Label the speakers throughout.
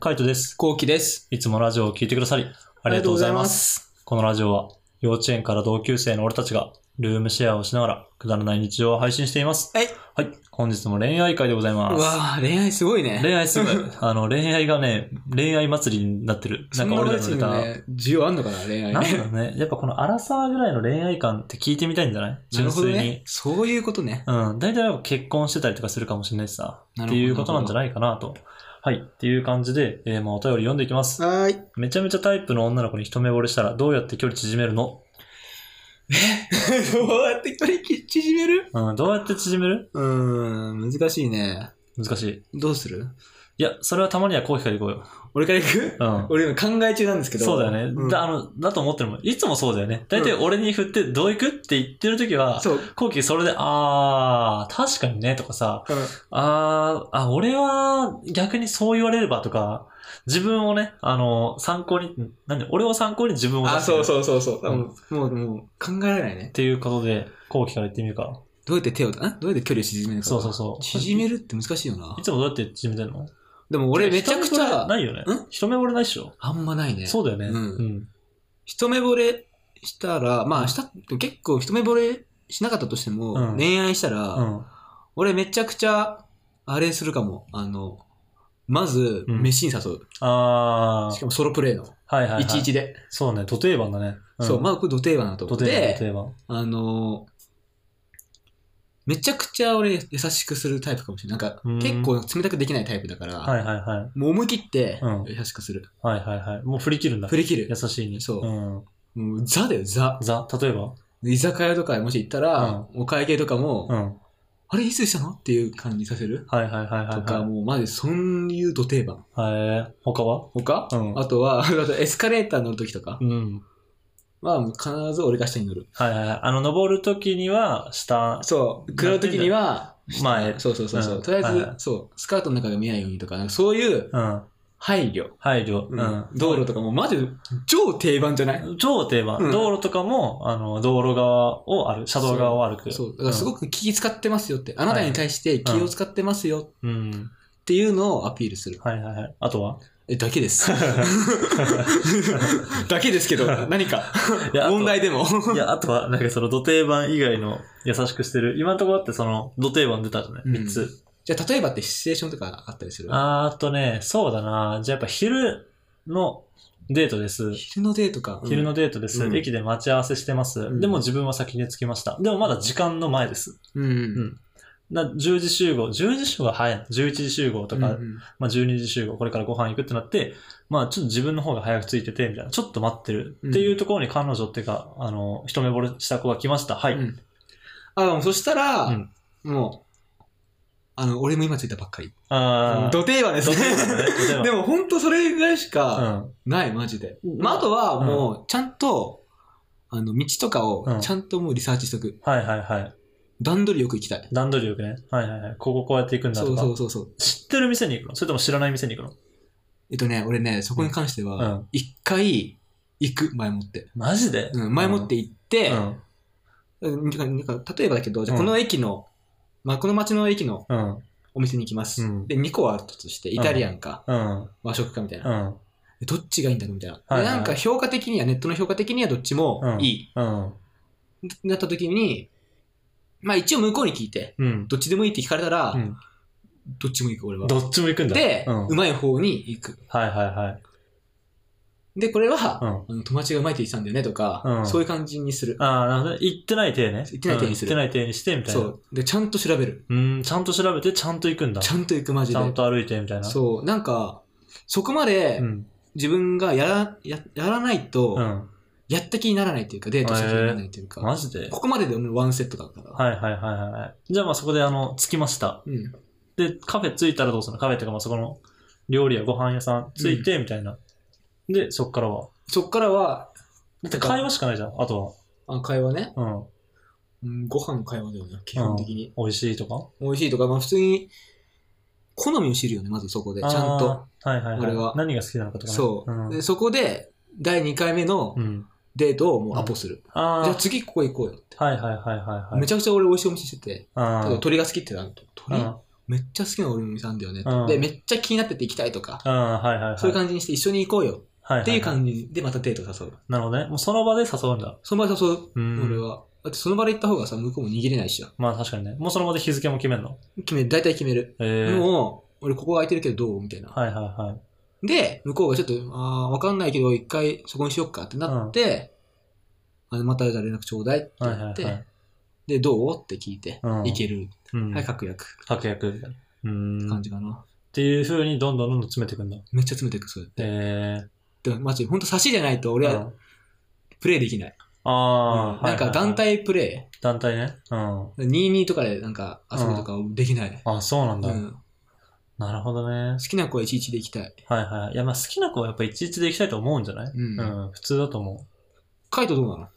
Speaker 1: カイトです。
Speaker 2: こうきです。
Speaker 1: いつもラジオを聞いてくださり、あ
Speaker 2: あ
Speaker 1: りがとうございます。
Speaker 2: す。
Speaker 1: このラジオは、幼稚園から同級生の俺たちが、ルームシェアをしながら、くだらない日常を配信しています。
Speaker 2: はい。
Speaker 1: はい。本日も恋愛会でございます。
Speaker 2: うわぁ、恋愛すごいね。
Speaker 1: 恋愛す ごい。あの、恋愛がね、恋愛祭りになってる。なんか俺らの
Speaker 2: そん
Speaker 1: 歌
Speaker 2: な。別にね、需要あんのかな、恋愛
Speaker 1: なん
Speaker 2: ね。
Speaker 1: だろうね。やっぱこのアラサーぐらいの恋愛感って聞いてみたいんじゃない
Speaker 2: なる
Speaker 1: 純
Speaker 2: ほど
Speaker 1: 粋に。
Speaker 2: ね。そういうことね。
Speaker 1: うん。大体やっぱ結婚してたりとかするかもしれないしさ。
Speaker 2: な
Speaker 1: っ
Speaker 2: る
Speaker 1: て
Speaker 2: ほど
Speaker 1: いうことなんじゃないかなと。はい。っていう感じで、えーまあお便り読んでいきます。
Speaker 2: はーい。
Speaker 1: めちゃめちゃタイプの女の子に一目惚れしたらどうやって距離縮めるの
Speaker 2: どうやって距離縮める
Speaker 1: うん。どうやって縮める
Speaker 2: うーん、難しいね。
Speaker 1: 難しい。
Speaker 2: どうする
Speaker 1: いや、それはたまにはこうからいこうよ。
Speaker 2: 俺から行く
Speaker 1: うん。
Speaker 2: 俺今考え中なんですけど。
Speaker 1: そうだよね、
Speaker 2: うん
Speaker 1: だ。あの、だと思ってるもん。いつもそうだよね。大体俺に振ってどう行くって言ってる時は、
Speaker 2: そう。
Speaker 1: 後期それで、あー、確かにね、とかさ、あー、あ、俺は逆にそう言われればとか、自分をね、あの、参考に、なんで、俺を参考に自分を出
Speaker 2: あ、そう
Speaker 1: う。
Speaker 2: そうそうそう。もう、もう、もう考えられないね
Speaker 1: っ。ていうことで、後期から言ってみるか。
Speaker 2: どうやって手を、んどうやって距離を縮めるか。
Speaker 1: そうそうそう。
Speaker 2: 縮めるって難しいよな。
Speaker 1: いつもどうやって縮めてんの
Speaker 2: でも俺めちゃくち
Speaker 1: 一目惚れ
Speaker 2: ゃ、
Speaker 1: ないよね。
Speaker 2: ん
Speaker 1: 一目惚れないっしょ。
Speaker 2: あんまないね。
Speaker 1: そうだよね。
Speaker 2: うん
Speaker 1: うん。
Speaker 2: 一目惚れしたら、まあした、結構一目惚れしなかったとしても、
Speaker 1: うん
Speaker 2: 恋愛したら、
Speaker 1: うん。
Speaker 2: 俺めちゃくちゃ、あれするかも。あの、まず、
Speaker 1: うん
Speaker 2: 飯に誘う。
Speaker 1: あ
Speaker 2: し
Speaker 1: ー、
Speaker 2: かもソロプレイの。
Speaker 1: はいはい、はい。
Speaker 2: いちいちで。
Speaker 1: そうね、土定番だね。ん
Speaker 2: そう、まあこれ土定番だと思
Speaker 1: 土
Speaker 2: っ
Speaker 1: 定番、土
Speaker 2: て、
Speaker 1: 定番。
Speaker 2: あの、めちゃくちゃ俺優しくするタイプかもしれない。なんか、
Speaker 1: うん
Speaker 2: 結構冷たくできないタイプだから、
Speaker 1: はいはいはい。
Speaker 2: もう思い切って
Speaker 1: うん
Speaker 2: 優しくする。
Speaker 1: はいはいはい。もう振り切るんだ
Speaker 2: 振。り切る
Speaker 1: 優。しいに。
Speaker 2: そう
Speaker 1: うん。
Speaker 2: もうザだよ、ザ。
Speaker 1: ザ、例えば
Speaker 2: 居酒屋とかもし行ったら、お会計とかも、
Speaker 1: うん。は
Speaker 2: あれいつしたのっていう感じさせる
Speaker 1: いはいはいはい、はい。
Speaker 2: とか、もうマジそういう土定番。
Speaker 1: へー他は
Speaker 2: 他、
Speaker 1: うん
Speaker 2: あとは、あとエスカレーター乗るときとか
Speaker 1: うん。
Speaker 2: は、もう必ず俺が下に乗る。
Speaker 1: はいはいはい。あの、登るときには、下。
Speaker 2: そう。食らうときには、
Speaker 1: 前
Speaker 2: そうそうそうそう。
Speaker 1: うん
Speaker 2: とりあえず、
Speaker 1: はいはい
Speaker 2: そう、スカートの中が見えないようにとか、なんかそういう
Speaker 1: うん。
Speaker 2: 配慮。
Speaker 1: 配慮。
Speaker 2: う
Speaker 1: うんん。
Speaker 2: 道路とかもマジで超定番じゃない、
Speaker 1: 超定番、
Speaker 2: うん
Speaker 1: 道路とかも、あの、道路側を歩く、車道側を歩く。
Speaker 2: そう。だからすご
Speaker 1: く、
Speaker 2: く気使ってますよって、あなたに対して気を使ってますよ
Speaker 1: うん。
Speaker 2: っていうのをアピールする。
Speaker 1: はいはいはい。あとは
Speaker 2: え、だ けです。 だけですけど、何か
Speaker 1: いやあと
Speaker 2: 問題でも。
Speaker 1: いや、あとは、なんかその、土定番以外の優しくしてる。今のところだってその、土定番出たじゃない
Speaker 2: うん
Speaker 1: ?3 つ。
Speaker 2: じゃあ、例えばってシチュエーションとかあったりする
Speaker 1: あーあとね、そうだな。じゃあやっぱ昼のデートです。
Speaker 2: 昼のデートか。
Speaker 1: 昼のデートです、
Speaker 2: うん
Speaker 1: 駅で待ち合わせしてます。
Speaker 2: ん
Speaker 1: でも自分は先に着きました。でもまだ時間の前です。
Speaker 2: うん。うん。
Speaker 1: な10時集合、10時集合は早いの。11時集合とか、
Speaker 2: うん
Speaker 1: まあ、12時集合、これからご飯行くってなって、まあ、ちょっと自分の方が早く着いてて、みたいな。ちょっと待ってる。
Speaker 2: うん
Speaker 1: っていうところに彼女っていうか、あの、一目惚れした子が来ました。はい。
Speaker 2: うんあ、もうそしたら、
Speaker 1: うん
Speaker 2: もう、あの、俺も今着いたばっかり。
Speaker 1: あー
Speaker 2: 土定番ですね
Speaker 1: 土。定番だね土定番
Speaker 2: でも、ほんとそれぐらいし
Speaker 1: う
Speaker 2: か
Speaker 1: ん。
Speaker 2: ない、マジで。まあ、あとは、もう、ちゃんと、あの、道とか
Speaker 1: う
Speaker 2: を、
Speaker 1: ん
Speaker 2: ちゃんともうリサーチしとく。
Speaker 1: はいはいはい。
Speaker 2: 段取りよく行きたい。
Speaker 1: 段取りよくね。はいはいはい。こここうやって行くんだと
Speaker 2: そ
Speaker 1: か。
Speaker 2: うそうそうそう。
Speaker 1: 知ってる店に行くのそれとも知らない店に行くの
Speaker 2: えっとね、俺ね、そこに関して
Speaker 1: う
Speaker 2: は
Speaker 1: ん、
Speaker 2: 一回行く、前もって。
Speaker 1: マジで
Speaker 2: うん、前もって行って、
Speaker 1: うん。
Speaker 2: うんなんかなんか例えばだけど、じゃあ
Speaker 1: うん
Speaker 2: この駅の、まあ、この町の駅の
Speaker 1: うん。
Speaker 2: お店に行きます。
Speaker 1: うん
Speaker 2: で、2個あるとして、イタリアンか、
Speaker 1: うん。
Speaker 2: 和食かみたいな、
Speaker 1: うん。
Speaker 2: でどっちがいいんだろうみたいな。
Speaker 1: はいはい
Speaker 2: でなんか評価的には、ネットの評価的にはどっちもいい。
Speaker 1: うん。
Speaker 2: なった時に、まあ一応向こうに聞いて、
Speaker 1: うん。
Speaker 2: どっちでもいいって聞かれたら、
Speaker 1: うん
Speaker 2: どっちも行く、俺は。
Speaker 1: どっちも行くんだ。
Speaker 2: で、
Speaker 1: う
Speaker 2: うんまい方に行く。
Speaker 1: はいはいはい。
Speaker 2: で、これは、
Speaker 1: うん
Speaker 2: あの友達がうまいって言ってたんだよねとか、
Speaker 1: うん
Speaker 2: そういう感じにする。
Speaker 1: ああ、なるほどね。行ってない体ね。
Speaker 2: 行ってない体にする
Speaker 1: うん行ってない体にして、みたい
Speaker 2: そ
Speaker 1: な。
Speaker 2: う。で、ちゃんと調べる。
Speaker 1: うん、ちゃんと調べて、ちゃんと行くんだ。
Speaker 2: ち
Speaker 1: ち
Speaker 2: ゃんと行く、マジで。
Speaker 1: ゃんと歩いて、みたいな。
Speaker 2: そう。なんか、そこまで、
Speaker 1: うん。
Speaker 2: 自分がやら、や、やらないと、
Speaker 1: うん。
Speaker 2: やった気にならないっていうか、デートした気にならないっていうか、
Speaker 1: マジで
Speaker 2: ここまでで俺ワンセットだから。
Speaker 1: はいはいはいはい。じゃあまあそこで、あの、着きました。
Speaker 2: うん。
Speaker 1: で、カフェ着いたらどうするのカフェっていうか、まあそこの料理やご飯屋さん着いて、みたいな。で、そっからは。
Speaker 2: そっからは、
Speaker 1: だって会話しかないじゃん、あと
Speaker 2: あ会話ね、
Speaker 1: は。うん。
Speaker 2: うん、ご飯の会話だよね、基本的に。
Speaker 1: 美味しいとか
Speaker 2: 美味しいとか、まあ普通に、好みを知るよね、まずそこで、ちゃんと。。
Speaker 1: あーはいはい
Speaker 2: 俺
Speaker 1: は。
Speaker 2: はい
Speaker 1: 何が好きなのかとかね。
Speaker 2: そう、
Speaker 1: ん
Speaker 2: で。そこで、第2回目の
Speaker 1: うん。
Speaker 2: デートをもうアポする。
Speaker 1: ああ。
Speaker 2: じゃあ次ここ行こうよって。
Speaker 1: はいはいはいはいはい。
Speaker 2: めちゃくちゃ俺美味しいお店してて、
Speaker 1: あ
Speaker 2: 例えば
Speaker 1: ー
Speaker 2: 鳥が好きってなると、鳥
Speaker 1: あ
Speaker 2: めっちゃ好きな俺の店なんだよね、
Speaker 1: うん
Speaker 2: で、めっちゃ気になってて行きたいとか、
Speaker 1: うん、はいはいはい。
Speaker 2: そういう感じにして一緒に行こうよ
Speaker 1: はいはいはい。
Speaker 2: っていう
Speaker 1: じ。
Speaker 2: 感じでまたデート誘う。
Speaker 1: なるほどね。もうその場で誘うんだ。
Speaker 2: その場で誘
Speaker 1: う
Speaker 2: う、
Speaker 1: ん。
Speaker 2: 俺は。だってその場で行った方がさ、向こうも逃げれないしよ。
Speaker 1: まあ確かにね。もうその場で日付も決めるの。
Speaker 2: 決める、大体決める。
Speaker 1: ええ
Speaker 2: もう、俺ここ空いてるけどどうみたいな。
Speaker 1: はいはいはい。
Speaker 2: で、向こうがちょっと、ああ、わかんないけど、一回そこにしよっかってなって、あのまたじゃあ連絡ちょうだいって言
Speaker 1: は
Speaker 2: っ
Speaker 1: い
Speaker 2: て、
Speaker 1: はいはい。
Speaker 2: で、どうって聞いて、
Speaker 1: うん
Speaker 2: いける。
Speaker 1: うん。
Speaker 2: はい、確約。
Speaker 1: 確約みたいな。うん。
Speaker 2: 感
Speaker 1: っ
Speaker 2: じかな。
Speaker 1: ていう風にどんどんどんどん詰めていくんだ。
Speaker 2: めっちゃ詰めていく、そうやって。
Speaker 1: ええ
Speaker 2: でもマジ、ほんと差しじゃないと俺
Speaker 1: う
Speaker 2: は
Speaker 1: ん
Speaker 2: プレイできない。
Speaker 1: あ
Speaker 2: う
Speaker 1: あ、
Speaker 2: んなんか団。体プレ
Speaker 1: 団体ね。うん。
Speaker 2: イ、22とかでなんか遊ぶとかできない。
Speaker 1: あ、そうなん
Speaker 2: う
Speaker 1: だ。
Speaker 2: ん
Speaker 1: なるほどね
Speaker 2: 好。きな子は11で行きたい。
Speaker 1: はいはい。いや、まあ好きな子はやっぱ一日で行きたいと思うんじゃない
Speaker 2: うん
Speaker 1: うん。普通だと思う。
Speaker 2: カイトどうなのま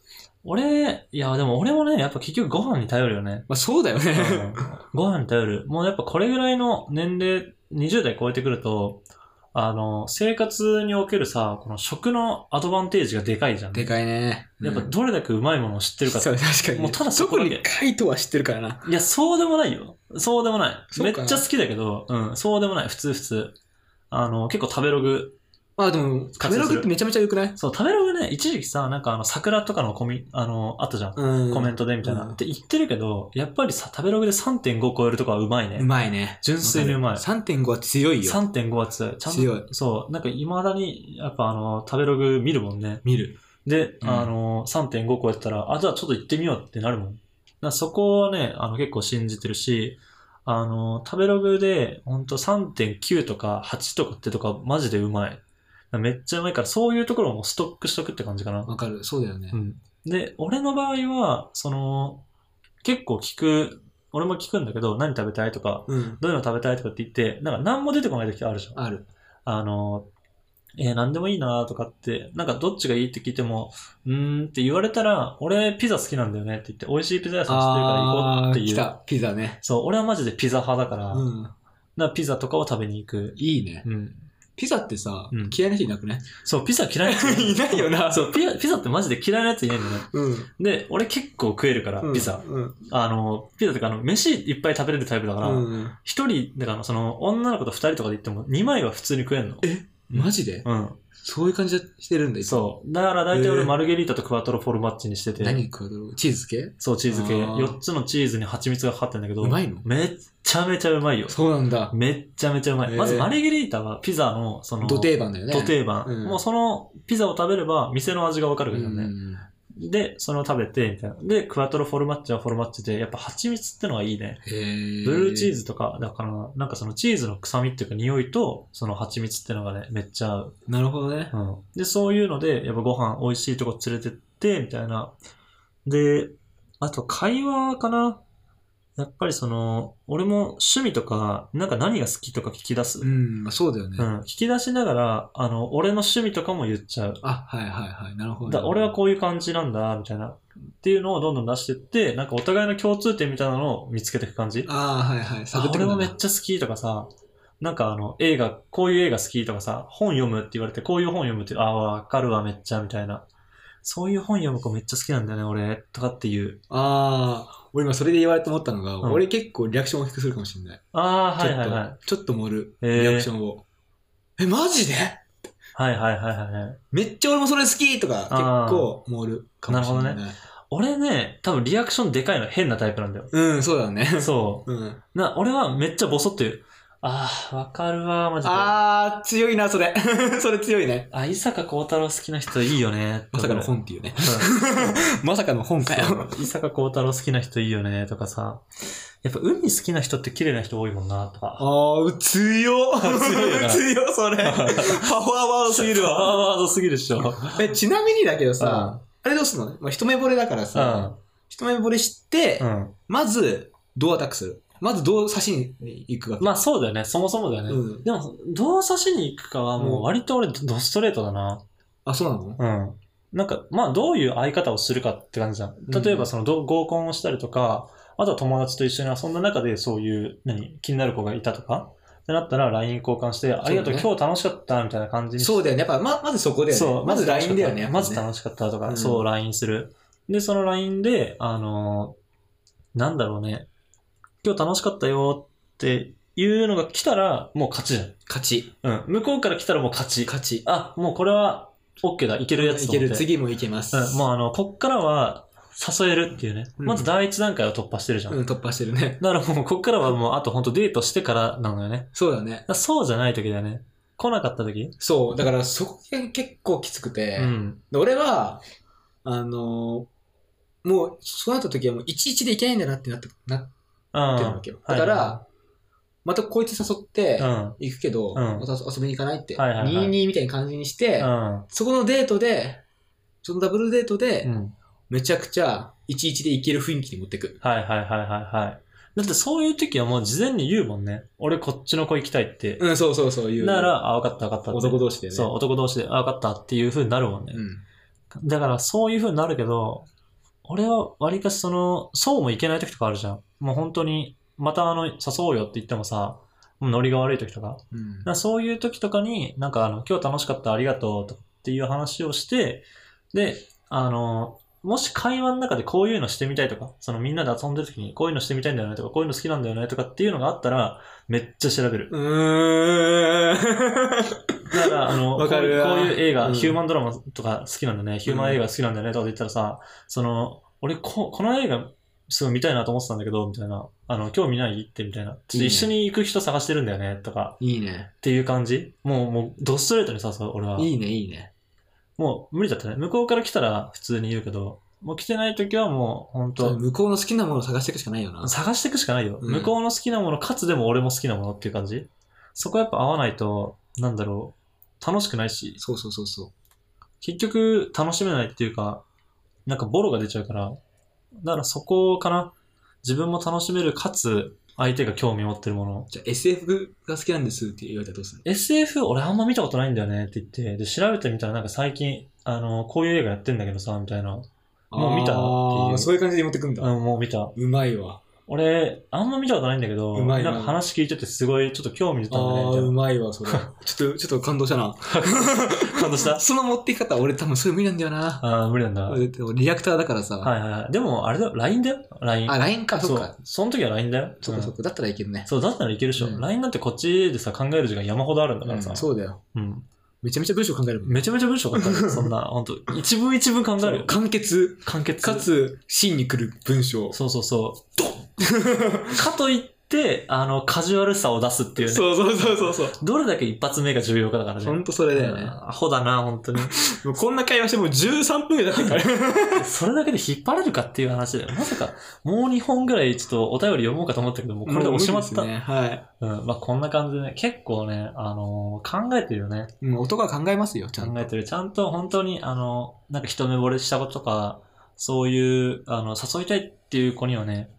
Speaker 1: 俺、いや、でも俺もね、やっぱ結局ご飯に頼るよね。
Speaker 2: あそうだよね。
Speaker 1: ご飯に頼る。もうやっぱこれぐらいの年齢、20代超えてくると、あの、生活におけるさ、この食のアドバンテージがでかいじゃん。
Speaker 2: でかいね。
Speaker 1: やっぱ
Speaker 2: うん
Speaker 1: どれだけうまいものを知ってるか。
Speaker 2: そう、確かに。
Speaker 1: もうただそこ
Speaker 2: 特
Speaker 1: だけ
Speaker 2: にカイトは知ってるからな。
Speaker 1: いや、そうでもないよ。そうでもない。
Speaker 2: そ
Speaker 1: め
Speaker 2: う
Speaker 1: っ
Speaker 2: か
Speaker 1: ちゃ好きだけど、うん、そうでもない。普通普通。あの、結構食べログ
Speaker 2: まあでも、カメラログってめちゃめちゃ良くない
Speaker 1: そう、食べログね、一時期さ、なんかあの、桜とかのコミ、あの、あったじゃん。
Speaker 2: うん。
Speaker 1: コメントでみたいな。
Speaker 2: うん
Speaker 1: って言ってるけど、やっぱりさ、食べログで3.5超えるとこはうまいね
Speaker 2: う。まいね。
Speaker 1: 純粋にうまい
Speaker 2: 3.5は強いよ。
Speaker 1: 3.5は強い。ちゃんと、
Speaker 2: 強い。
Speaker 1: そう、なんか未だに、やっぱあの、食べログ見るもんね。
Speaker 2: 見る。
Speaker 1: で、
Speaker 2: うん
Speaker 1: あの、3.5超えてたら、あ、じゃあちょっと行ってみようってなるもん。だからそこはね、あの、結構信じてるし、あの、食べログで、ほんと3.9とか8とかってとか、マジでうまい。だからめっちゃうまいから、そういうところもストックしとくって感じかな。
Speaker 2: わかる。そうだよね
Speaker 1: う。ん、で、俺の場合は、その、結構聞く、俺も聞くんだけど、何食べたいとか、
Speaker 2: うん。
Speaker 1: どういうの食べたいとかって言って、なんか何も出てこない時あるじゃん。あ
Speaker 2: ある。
Speaker 1: の、えー何でもいいなとかって、なんかどっちがいいって聞いても、うーんって言われたら、俺ピザ好きなんだよねって言って、美味しいピザ屋さん知ってるから行こうっ
Speaker 2: あー
Speaker 1: てい
Speaker 2: 来
Speaker 1: う。
Speaker 2: た。ピザね。
Speaker 1: そう、俺はマジでピザ派だから、だか
Speaker 2: うん。
Speaker 1: らピザとかを食べに行く。
Speaker 2: いいね。
Speaker 1: うん。
Speaker 2: ピザってさ
Speaker 1: うん、
Speaker 2: 嫌いな人いなくね
Speaker 1: そう、ピザ嫌 いなやつ
Speaker 2: いないよな
Speaker 1: そうピザ、ピザってマジで嫌いなやついないんだよね。
Speaker 2: うん。
Speaker 1: で、俺結構食えるから、ピザ。
Speaker 2: うん。
Speaker 1: あの、ピザとか、あの、飯いっぱい食べれるタイプだから、
Speaker 2: うん。
Speaker 1: 一、人、だから、その、女の子と二人とかで行っても、二枚は普通に食えんの。
Speaker 2: えマジで
Speaker 1: うん。
Speaker 2: そういう感じでしてるんだ、いつも
Speaker 1: そう。だから、大体
Speaker 2: え
Speaker 1: 俺、
Speaker 2: ー
Speaker 1: マルゲリータとクワトロフォルマッチにしてて、
Speaker 2: 何食うだろうチーズ系
Speaker 1: そう、チーズ系。
Speaker 2: あー
Speaker 1: 4つのチーズに蜂蜜がかかってんだけど、
Speaker 2: うまいの
Speaker 1: めっちゃめちゃうまいよ。
Speaker 2: そうなんだ。
Speaker 1: めっちゃめちゃうまい。
Speaker 2: えー
Speaker 1: まず、マルゲリータは、ピザの、その、
Speaker 2: ド定番だよね。
Speaker 1: ド定番。
Speaker 2: うん
Speaker 1: もう、その、ピザを食べれば、店の味がわかるから
Speaker 2: う
Speaker 1: ね。
Speaker 2: ん
Speaker 1: で、それを食べて、みたいな。で、クワトロフォルマッチはフォルマッチで、やっぱ蜂蜜ってのがいいね。
Speaker 2: へー
Speaker 1: ブルーチーズとか、だから、なんかそのチーズの臭みっていうか匂いと、その蜂蜜ってのがね、めっちゃ合う。
Speaker 2: なるほどね
Speaker 1: う。ん。で、そういうので、やっぱご飯美味しいとこ連れてって、みたいな。で、あと会話かな。やっぱりその、俺も趣味とか、なんか何が好きとか聞き出す。
Speaker 2: う
Speaker 1: うん。
Speaker 2: ん、まあそうだよね。
Speaker 1: 聞き出しながら、あの、俺の趣味とかも言っちゃう。
Speaker 2: あ、はいはいはい。なるほど
Speaker 1: だ
Speaker 2: ね。
Speaker 1: 俺はこういう感じなんだ、みたいな。っていうのをどんどん出してって、なんかお互いの共通点みたいなのを見つけていく感じ。
Speaker 2: ああ、はいはい。
Speaker 1: あ
Speaker 2: 探って
Speaker 1: 俺
Speaker 2: くんだ
Speaker 1: もめっちゃ好きとかさ、なんかあの、映画、こういう映画好きとかさ、本読むって言われて、こういう本読むって、ああ、わかるわ、めっちゃ、みたいな。そういう本読む子めっちゃ好きなんだよね、俺、とかっていう。
Speaker 2: ああ、俺今それで言われて思ったのが、
Speaker 1: うん
Speaker 2: 俺結構リアクションを低くするかもしれない。
Speaker 1: ああ、
Speaker 2: ち
Speaker 1: は
Speaker 2: ょ
Speaker 1: い
Speaker 2: っ
Speaker 1: はい
Speaker 2: と、
Speaker 1: はい。
Speaker 2: ちょっと盛る。
Speaker 1: え
Speaker 2: リ
Speaker 1: ー
Speaker 2: アクションを。え、マジで
Speaker 1: はいはいはいはいはい。
Speaker 2: めっちゃ俺もそれ好きとか、結
Speaker 1: あー
Speaker 2: 構盛るかもしれない。。
Speaker 1: なるほ俺ね、多分リアクションでかいの変なタイプなんだよ
Speaker 2: うん、そうだね。
Speaker 1: そ
Speaker 2: うん。
Speaker 1: う。な、俺はめっちゃボソって言う。ああ、わかるわ、マジで。あ
Speaker 2: あー、強いな、それ。 それ強いね。
Speaker 1: あ、伊坂幸太郎好きな人いいよね。
Speaker 2: まさかの
Speaker 1: うん。
Speaker 2: 本っていうね。 まさかの本かよ。
Speaker 1: 伊坂幸太郎好きな人いいよねとかさ、やっぱ海好きな人って綺麗な人多いもんなと か。
Speaker 2: あー、強っ
Speaker 1: 強いな
Speaker 2: 強っそれ。パワーワードすぎる
Speaker 1: パ
Speaker 2: わ。
Speaker 1: ワーワードすぎるでしょ。
Speaker 2: え、ちなみにだけどさ、
Speaker 1: さ
Speaker 2: あれどうすんのまあ、一目惚れだからさ、
Speaker 1: う
Speaker 2: 一目惚れして、
Speaker 1: ん。うん。
Speaker 2: まず、どうアタックするまず、どう刺しに行くわけ。
Speaker 1: まあそうだよね。そもそもだよね。
Speaker 2: うん
Speaker 1: でも、どう刺しに行くかはもう割と俺ドストレートだな。
Speaker 2: あ、そうなの
Speaker 1: うん。なんか、まあどういう会い方をするかって感じじゃん。例え
Speaker 2: うん
Speaker 1: ばそのど合コンをしたりとか、あとは友達と一緒に遊んだ中でそういう、何、気になる子がいたとか、ってなったら LINE 交換して、ありがとう、
Speaker 2: そうだね
Speaker 1: 今日楽しかった、みたいな感じにして
Speaker 2: そうだよね。やっぱ、ま、まずそこだよね。
Speaker 1: そう、
Speaker 2: まず LINE だよね。
Speaker 1: まず
Speaker 2: やっぱね
Speaker 1: 楽しかったとか、
Speaker 2: うん
Speaker 1: そう、LINE する。で、その LINE で、あのーなんだろうね、今日楽しかったよっていうのが来たら、もう勝ちじゃん。
Speaker 2: 勝ち。
Speaker 1: うん。向こうから来たらもう勝ち。
Speaker 2: 勝ち。
Speaker 1: あ、もうこれは、OK だ。いけるやつ
Speaker 2: い
Speaker 1: と思
Speaker 2: け
Speaker 1: って。
Speaker 2: る。次もいけます。
Speaker 1: うん。もうあの、こっからは、誘えるっていうね。
Speaker 2: うん
Speaker 1: まず第一段階を突破してるじゃん。
Speaker 2: うん、突破してるね。
Speaker 1: だからもう、こっからはもう、あと本当デートしてからなのよね。だか
Speaker 2: そうだね。
Speaker 1: らそうじゃない時だよね。来なかった時
Speaker 2: そう。だから、そこが結構きつくて、
Speaker 1: うん。
Speaker 2: で俺は、あのーもう、そうなった時はもう、いちいちでいけないんだなってなって、なっ
Speaker 1: うん。
Speaker 2: てるわけよ。だから、
Speaker 1: は
Speaker 2: またこいつ誘って
Speaker 1: い、はい
Speaker 2: 行くけど、
Speaker 1: うん
Speaker 2: また遊びに行かないって、
Speaker 1: はいはいはい
Speaker 2: 22みたいな感じにして、
Speaker 1: うん。うん。
Speaker 2: そこのデートで、そのダブルデートで、
Speaker 1: うん。
Speaker 2: めちゃくちゃ、いちいちでいける雰囲気に持ってく。
Speaker 1: はいはいはいはいはい。だってそういう時はもう事前に言うもんね。俺こっちの子行きたいって。
Speaker 2: うん、そうそうそういう。
Speaker 1: なら、あ、分かった分かったって。
Speaker 2: 男同士でね。
Speaker 1: そう、男同士で、あ、分かったっていう風になるもんね。
Speaker 2: うん。
Speaker 1: だからそういう風になるけど、俺は割かしその、そうもいけない時とかあるじゃん。もう本当に、またあの、誘おうよって言ってもさ、もうノリが悪い時とか。だか
Speaker 2: うん
Speaker 1: らそういう時とかに、なんかあの、今日楽しかった、ありがとうとかっていう話をして、で、あの、もし会話の中でこういうのしてみたいとか、そのみんなで遊んでる時にこういうのしてみたいんだよねとか、こういうの好きなんだよねとかっていうのがあったら、めっちゃ調べる。
Speaker 2: うーん。
Speaker 1: だから、あの、
Speaker 2: わかる
Speaker 1: こ
Speaker 2: わ
Speaker 1: ういうこういう映画、
Speaker 2: うん
Speaker 1: ヒューマンドラマとか好きなんだね、ヒューマン映画好きなんだねとか言ったらさ、その、俺こ、この映画、すごい見たいなと思ってたんだけど、みたいな。あの、今日見ないって、みたいな。ちょっと一緒に行く人探してるんだよね、とか、
Speaker 2: いいね。
Speaker 1: っていう感じもう、もう、ドストレートにさ、そう俺は。
Speaker 2: いいね、いいね。
Speaker 1: もう、無理だったね。向こうから来たら普通に言うけど、もう来てない時はもう、本当
Speaker 2: 向こうの好きなものを探していくしかないよな。
Speaker 1: 探していくしかないよ、
Speaker 2: うん
Speaker 1: 向こうの好きなものかつでも俺も好きなものっていう感じそこはやっぱ合わないとなんだろう楽しくないし
Speaker 2: そうそうそうそう。
Speaker 1: 結局楽しめないっていうかなんかボロが出ちゃうからだからそこかな自分も楽しめるかつ相手が興味を持ってるもの
Speaker 2: じゃあ SF が好きなんですって言われたらどうする
Speaker 1: SF 俺あんま見たことないんだよねって言ってで調べてみたらなんか最近あのこういう映画やってんだけどさみたいなもう見たっていう
Speaker 2: あーそういう感じで持ってくんだ。
Speaker 1: あもう見た
Speaker 2: うまいわ。
Speaker 1: 俺あんま見たことないんだけど
Speaker 2: うまいな
Speaker 1: なんか話聞いててすごいちょっと興味出た
Speaker 2: あ
Speaker 1: んだねみ
Speaker 2: あ
Speaker 1: たい
Speaker 2: ー、
Speaker 1: な
Speaker 2: うまいわ、それ。 ちょっと、ちょっと感動したな。
Speaker 1: 感動 した
Speaker 2: その持っていき方、俺多分それ無理なんだよな。
Speaker 1: ああ、無理なんだ。はい
Speaker 2: 俺俺リアクターだからさ。
Speaker 1: はいはい。でも、あれだよ、LINE だよ、LINE。
Speaker 2: あ、LINE か、そっか
Speaker 1: う。。その時は LINE だよ。
Speaker 2: そっかそっ
Speaker 1: うん
Speaker 2: か。だったらいけるね。
Speaker 1: そう、だったらいけるでしょ。
Speaker 2: うん
Speaker 1: LINE なんてこっちでさ、考える時間山ほどあるんだか
Speaker 2: う
Speaker 1: ら
Speaker 2: ん
Speaker 1: さ。
Speaker 2: そうだよ。
Speaker 1: うん。
Speaker 2: めちゃめちゃ文章考えるもん。
Speaker 1: めちゃめちゃ文章書か れる。そんな、本当一文一文考えるよ。
Speaker 2: 簡潔、
Speaker 1: 簡潔。
Speaker 2: かつ、芯に来る文章。
Speaker 1: そうそうそう。 かといって、あの、カジュアルさを出すっていうね。
Speaker 2: そうそうそうそうそう。
Speaker 1: どれだけ一発目が重要かだからね。
Speaker 2: ほんとそれだよね。
Speaker 1: アホだな、本当に。
Speaker 2: もうこんな会話してもう13分ぐらい経って るから。
Speaker 1: それだけで引っ張れるかっていう話だよ。まさか、もう2本ぐらいちょっとお便り読もうかと思ったけど、もうこれでおしまった。
Speaker 2: ね。はい。
Speaker 1: うん、まあこんな感じでね、結構ね、あのー考えてるよね。
Speaker 2: うん、男は考えますよ、ちゃ
Speaker 1: 考
Speaker 2: んと。
Speaker 1: えてる。ちゃんと本当に、あのなんか一目惚れしたこととか、そういう、あの、誘いたいっていう子にはね、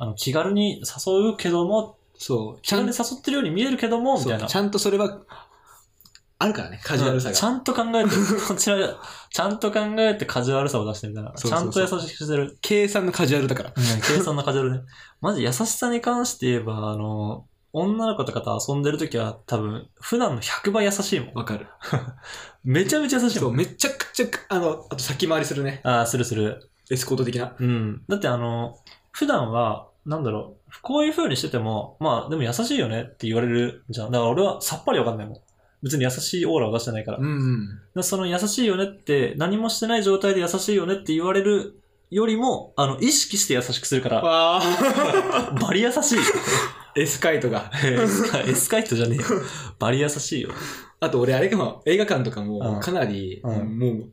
Speaker 1: あの、気軽に誘うけども、
Speaker 2: そう。
Speaker 1: 気
Speaker 2: ちゃ
Speaker 1: 軽
Speaker 2: ん
Speaker 1: に
Speaker 2: と、
Speaker 1: 誘ってるように見えるけども、み
Speaker 2: そ
Speaker 1: たいうな。
Speaker 2: ちゃんとそれは、あるからね、カジュアルさ
Speaker 1: うんちゃ
Speaker 2: が。
Speaker 1: んと考えてる。こちら、ちゃんと考えてカジュアルさを出してみたいな。
Speaker 2: そう
Speaker 1: ち
Speaker 2: そう
Speaker 1: ゃ
Speaker 2: そ
Speaker 1: ん
Speaker 2: う
Speaker 1: と優しくしてる。
Speaker 2: 計算のカジュアルだから。
Speaker 1: うん、計算のカジュアルね。マジ優しさに関して言えば、あの女の子とかと遊んでるときは多分、普段の100倍優しいもん。
Speaker 2: わかる。
Speaker 1: めちゃめちゃ優しいもん
Speaker 2: そう、めちゃくちゃ、あの、あと先回りするね。
Speaker 1: ああ、するする。
Speaker 2: エスコート的な。
Speaker 1: うん。だってあの、普段は、なんだろう、こういう風にしてても、まあ、でも優しいよねって言われるじゃん。だから俺はさっぱりわかんないもん。別に優しいオーラを出してないから。だ
Speaker 2: う
Speaker 1: か
Speaker 2: ん。
Speaker 1: らその優しいよねって、何もしてない状態で優しいよねって言われるよりも、あの、意識して優しくするから、
Speaker 2: わあ。
Speaker 1: バリ優しい。
Speaker 2: エスカイト が。
Speaker 1: エスカエスカイトじゃね えよ。バリ優しいよ。
Speaker 2: あと俺、あれかも、映画館とか
Speaker 1: うん
Speaker 2: も、かなり、
Speaker 1: うん
Speaker 2: もう、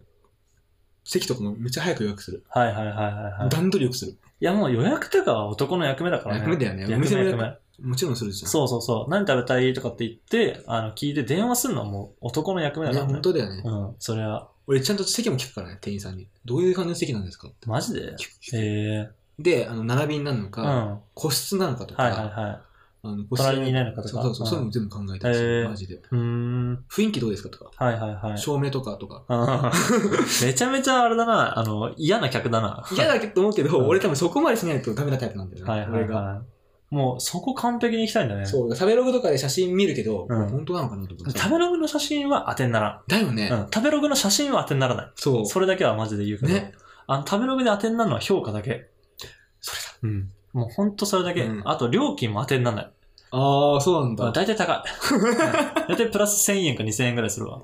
Speaker 2: 席とかもめっちゃ早く予約する。
Speaker 1: はいはいはいはい、はい。
Speaker 2: 段取りよくする。
Speaker 1: いやもう予約とかは男の役目だからね。
Speaker 2: 役目だよね
Speaker 1: 役
Speaker 2: お
Speaker 1: 目
Speaker 2: 店の
Speaker 1: 役
Speaker 2: 役
Speaker 1: 目。
Speaker 2: もちろんするじゃん。
Speaker 1: そうそうそう。何食べたいとかって言って、あの、聞いて電話するのはもう男の役目だ
Speaker 2: い
Speaker 1: か
Speaker 2: や、
Speaker 1: らね
Speaker 2: 本。当だよね。
Speaker 1: うん、それは。
Speaker 2: 俺、ちゃんと席も聞くからね、店員さんに。どういう感じの席なんですかって。
Speaker 1: マジで
Speaker 2: 聞く聞く
Speaker 1: へえ
Speaker 2: で、あの、並びになるの
Speaker 1: うん。
Speaker 2: か、
Speaker 1: は
Speaker 2: 個室なのかと
Speaker 1: いはい
Speaker 2: か、
Speaker 1: は
Speaker 2: あの個室
Speaker 1: 隣にいないのかとか
Speaker 2: そうそうそう、そういうのも全部考えたりす
Speaker 1: へ
Speaker 2: る
Speaker 1: ー
Speaker 2: マジで。
Speaker 1: い。うーん。
Speaker 2: 雰囲気どうですかとか、
Speaker 1: はいはいはい。
Speaker 2: 照明とかとか。
Speaker 1: あーめちゃめちゃあれだな、あの、嫌な客だな。
Speaker 2: 嫌だけど思うけ
Speaker 1: うん
Speaker 2: ど、俺多分そこまでしないとダメなタイプなんだよね。
Speaker 1: はいは
Speaker 2: 俺
Speaker 1: い
Speaker 2: が。
Speaker 1: はい。もうそこ完璧に行きたいんだね。
Speaker 2: そう、食べログとかで写真見るけど、
Speaker 1: うん
Speaker 2: 本当なのかなと思って。
Speaker 1: 食べログの写真は当てになら
Speaker 2: だよね。
Speaker 1: ん。うん。食べログの写真は当てにならない。
Speaker 2: そう。
Speaker 1: それだけはマジで言うけど。
Speaker 2: ね
Speaker 1: あの、食べログで当てになるのは評価だけ。
Speaker 2: それ
Speaker 1: うん。もうほんとそれだけ。
Speaker 2: うん
Speaker 1: あと、料金も当てにならない。
Speaker 2: ああ、そうなん
Speaker 1: まあ、
Speaker 2: だ。
Speaker 1: 大体高い。うん 大体プラス1000円か2000円ぐらいするわ。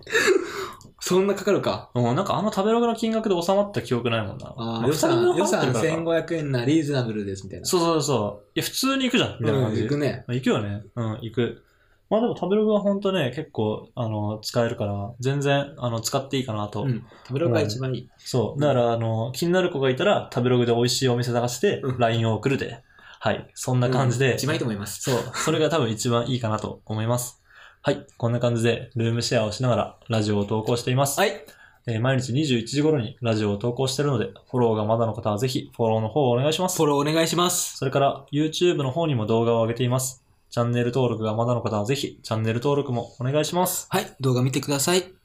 Speaker 2: そんなかかるか。
Speaker 1: うん、なんかあの食べログの金額で収まった記憶ないもんな。
Speaker 2: あ
Speaker 1: ま
Speaker 2: あ、
Speaker 1: あ二
Speaker 2: 予
Speaker 1: 人
Speaker 2: 算、
Speaker 1: 分払
Speaker 2: 予
Speaker 1: って
Speaker 2: 算
Speaker 1: るからか
Speaker 2: 1500円なリーズナブルです、みたいな。
Speaker 1: そうそうそう。いや、普通に行くじゃん、みたいな感
Speaker 2: ん、
Speaker 1: じ。
Speaker 2: 行くね。
Speaker 1: 行くよね。うん、行く。まあでも食べログは本当ね、結構、あの、使えるから、全然、あの、使っていいかなと。
Speaker 2: うん。食べログが一番いい。
Speaker 1: そう。だから、あの、気になる子がいたら、食べログで美味しいお店探して
Speaker 2: う、ん
Speaker 1: LINE を送るで。はい。そんな感じ
Speaker 2: うん
Speaker 1: で
Speaker 2: 一、番いいと思います。
Speaker 1: そう。それが多分一番いいかなと思います。はい。こんな感じで、ルームシェアをしながら、ラジオを投稿しています。
Speaker 2: はい。
Speaker 1: えー毎日21時頃にラジオを投稿しているので、フォローがまだの方はぜひ、フォローの方をお願いします
Speaker 2: フォ。ローお願いします。
Speaker 1: それから YouTube の方にも動画を上げています。チャンネル登録がまだの方はぜひチャンネル登録もお願いします。
Speaker 2: はい。動画見てください。